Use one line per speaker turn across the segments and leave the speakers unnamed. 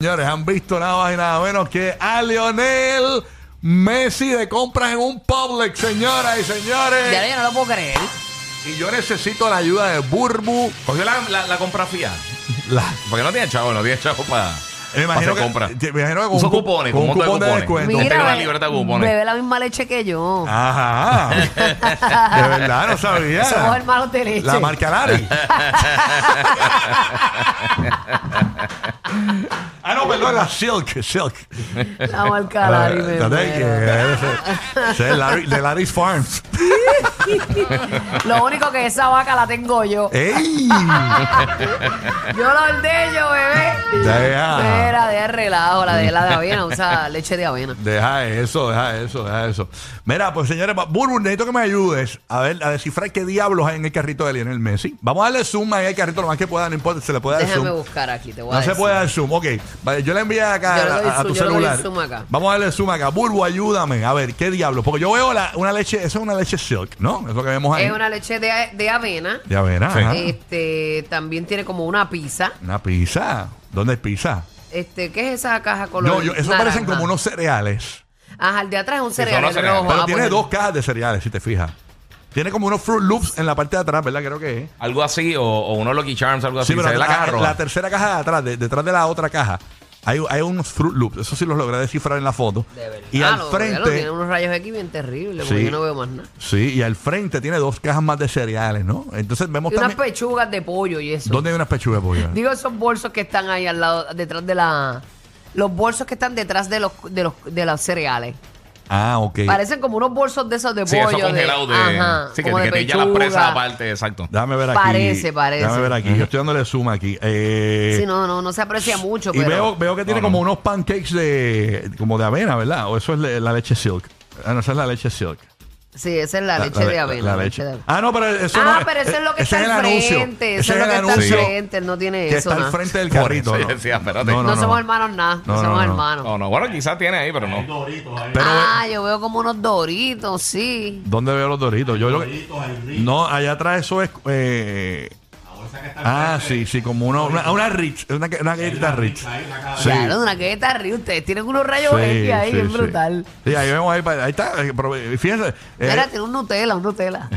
Señores, han visto nada más y nada menos que a Lionel Messi de compras en un Publix, señoras y
Ya
señores.
yo no lo puedo creer.
Y yo necesito la ayuda de Burbu.
Cogió la, la, la compra fía.
La-
Porque no tiene chavo, no tiene chavo para
me imagino que,
compra.
te- me imagino que
Uso
cu-
cupones,
con
con
un
monto de
cupón de
cupones.
descuento.
Mira. tengo una
be-
libreta de cupones.
Bebe la misma leche que yo.
Ah. Ajá. de verdad, no sabía.
Somos hermanos de leche.
La marca Lari. ah, no, perdón, la Silk. Silk.
La marca Larry, me
La de-
muero.
que- ese es Larry- de Larry's Farms.
Lo único que esa vaca la tengo yo.
¡Ey!
Yo la ordeño, bebé.
Deja.
Mira, de relajo, la de la de avena, o sea, leche de avena.
Deja eso, deja eso, deja eso. Mira, pues señores, va- Burbu, necesito que me ayudes a ver, a descifrar qué diablos hay en el carrito de Lionel Messi. Vamos a darle zoom ahí al carrito lo más que pueda, no importa, se le puede dar
Déjame
zoom.
buscar aquí, te voy a
No se
decir.
puede dar zoom, ok. Vale, yo le envié acá
Yo le doy
a- a,
zoom,
tu
yo le doy
celular.
zoom acá.
Vamos a darle zoom acá. Burbu, ayúdame. A ver, qué diablos. Porque yo veo la- una leche, eso es una leche silk, ¿no? Es lo que vemos ahí.
Es una leche de, de avena.
Ya verás.
Sí.
ajá.
Este, también tiene como una pizza.
Una pizza. ¿Dónde es pizza?
Este, ¿qué es esa caja color?
No, yo, eso
naranja?
parecen como unos cereales.
Ajá, el de atrás es un
son
cereal
los cereales.
rojo.
Pero
Ah,
tiene
pues-
dos cajas de cereales, si te fijas. Tiene como unos Fruit Loops en la parte de atrás, ¿verdad? Creo que es.
Algo así, o, o unos Lucky Charms, algo así.
Sí, pero
Se ve la caja roja.
la tercera caja de atrás, de- detrás de la otra caja, hay, hay unos Fruit Loops. Eso sí los logré descifrar en la foto.
De verdad,
Y al
lo- Ah, ya lo
frente.
tiene unos rayos X bien terribles,
Sí.
porque yo no veo más nada.
Sí, y al frente tiene dos cajas más de cereales, ¿no? Entonces vemos
Y unas
también.
pechugas de pollo y eso.
¿Dónde hay unas pechugas de pollo?
Digo esos bolsos que están ahí al lado, detrás de la... Los bolsos que están detrás de los, de los, de los cereales.
Ah, ok.
Parecen como unos bolsos de esos de
Sí,
pollo.
eso congelado de.
Ajá,
sí, que,
como de
que te ya la
pechuga.
presa aparte, exacto.
Déjame ver aquí.
Parece, parece.
Déjame ver aquí. Yo estoy dándole suma aquí. Eh,
Sí, no, no, no se aprecia mucho,
y
pero...
veo, veo que tiene
Ah, No, no.
como unos pancakes de como de avena, ¿verdad? O eso es le- la leche silk. Ah, no, esa es la leche silk.
Sí, esa es la, leche de avena.
la
la
leche.
de avena.
Ah, no, pero eso no
Ah, pero eso es lo que
ese
está al
el anuncio.
frente.
Ese
Eso es lo
el
que está al
anuncio
frente. Él no
Que
tiene eso.
está al
nada.
frente del
Por
carrito.
eso
¿no?
yo decía, espérate.
No,
No,
somos hermanos nada. No,
No, no,
somos
no.
hermanos.
No, no, bueno, quizás tiene ahí, pero no.
Pero
ah, yo veo como unos doritos, sí.
¿dónde veo los doritos? Yo lo que- No, allá atrás eso es eh, Ah, sí, sí, como uno, una, una Ritz, una, una galleta Ritz. Sí.
Claro, una galleta arriba. Ustedes tienen unos rayos X ahí, bien
sí.
brutal.
Sí, ahí vemos ahí, para- ahí está, eh, pero, eh, fíjense. eh,
Mira, tiene un Nutella, un Nutella.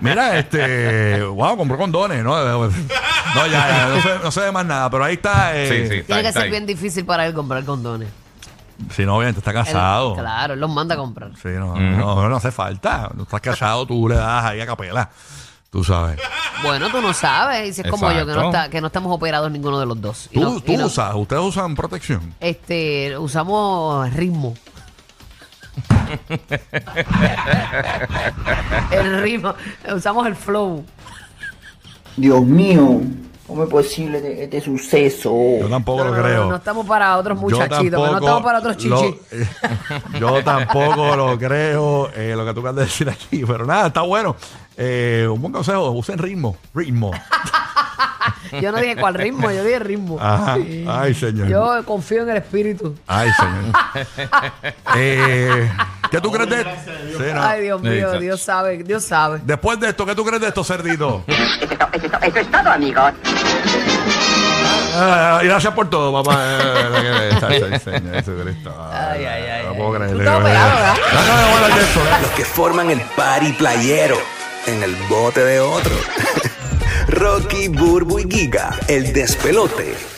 Mira, este. Wow, compró condones, ¿no? No, ya, ya, no sé, no sé de más nada, pero ahí está. eh,
Sí, sí.
Tiene que
está
ser
ahí.
bien difícil para él comprar condones.
Si no, obviamente está
Él-
casado.
claro, él los manda a comprar.
Sí, no, no, no hace falta. No estás casado, tú le das ahí a capela. Tú sabes.
Bueno, tú no sabes. Y si es como yo, que no,
Exacto.
está, que no estamos operados ninguno de los dos.
Tú,
Y no- y
tú
no-
usas, ustedes usan protección.
Este, usamos ritmo. el ritmo. Usamos el flow.
Dios mío, ¿cómo es posible este, este suceso?
Yo tampoco
no,
lo
no,
creo.
no, no estamos para otros muchachitos, que no estamos para otros chichis.
lo- yo tampoco lo creo, eh, lo que tú acabas de decir aquí. Pero nada, está bueno. Eh, un buen consejo, usen ritmo. Ritmo.
Yo no dije cuál ritmo, yo dije ritmo.
Ajá. Ay, señor.
Yo confío en el espíritu.
Ay, señor. Eh, ¿Qué tú crees de esto? Ah, Sí, no.
Ay, Dios mío,
Exacto.
Dios sabe, Dios sabe.
Después de esto, ¿qué tú crees de esto, cerdito?
Eso es to- eso es to- eso es todo, amigos.
Ah, gracias por todo, papá. Eh, está el Señor Jesucristo.
Ay, ay, ay,
No
ay.
puedo creerlo.
Tú estás operado, ¿verdad?
No, no, no, bueno, de eso, de eso.
que forman el party playero en el bote de otro. Rocky, Burbu y Giga, el despelote.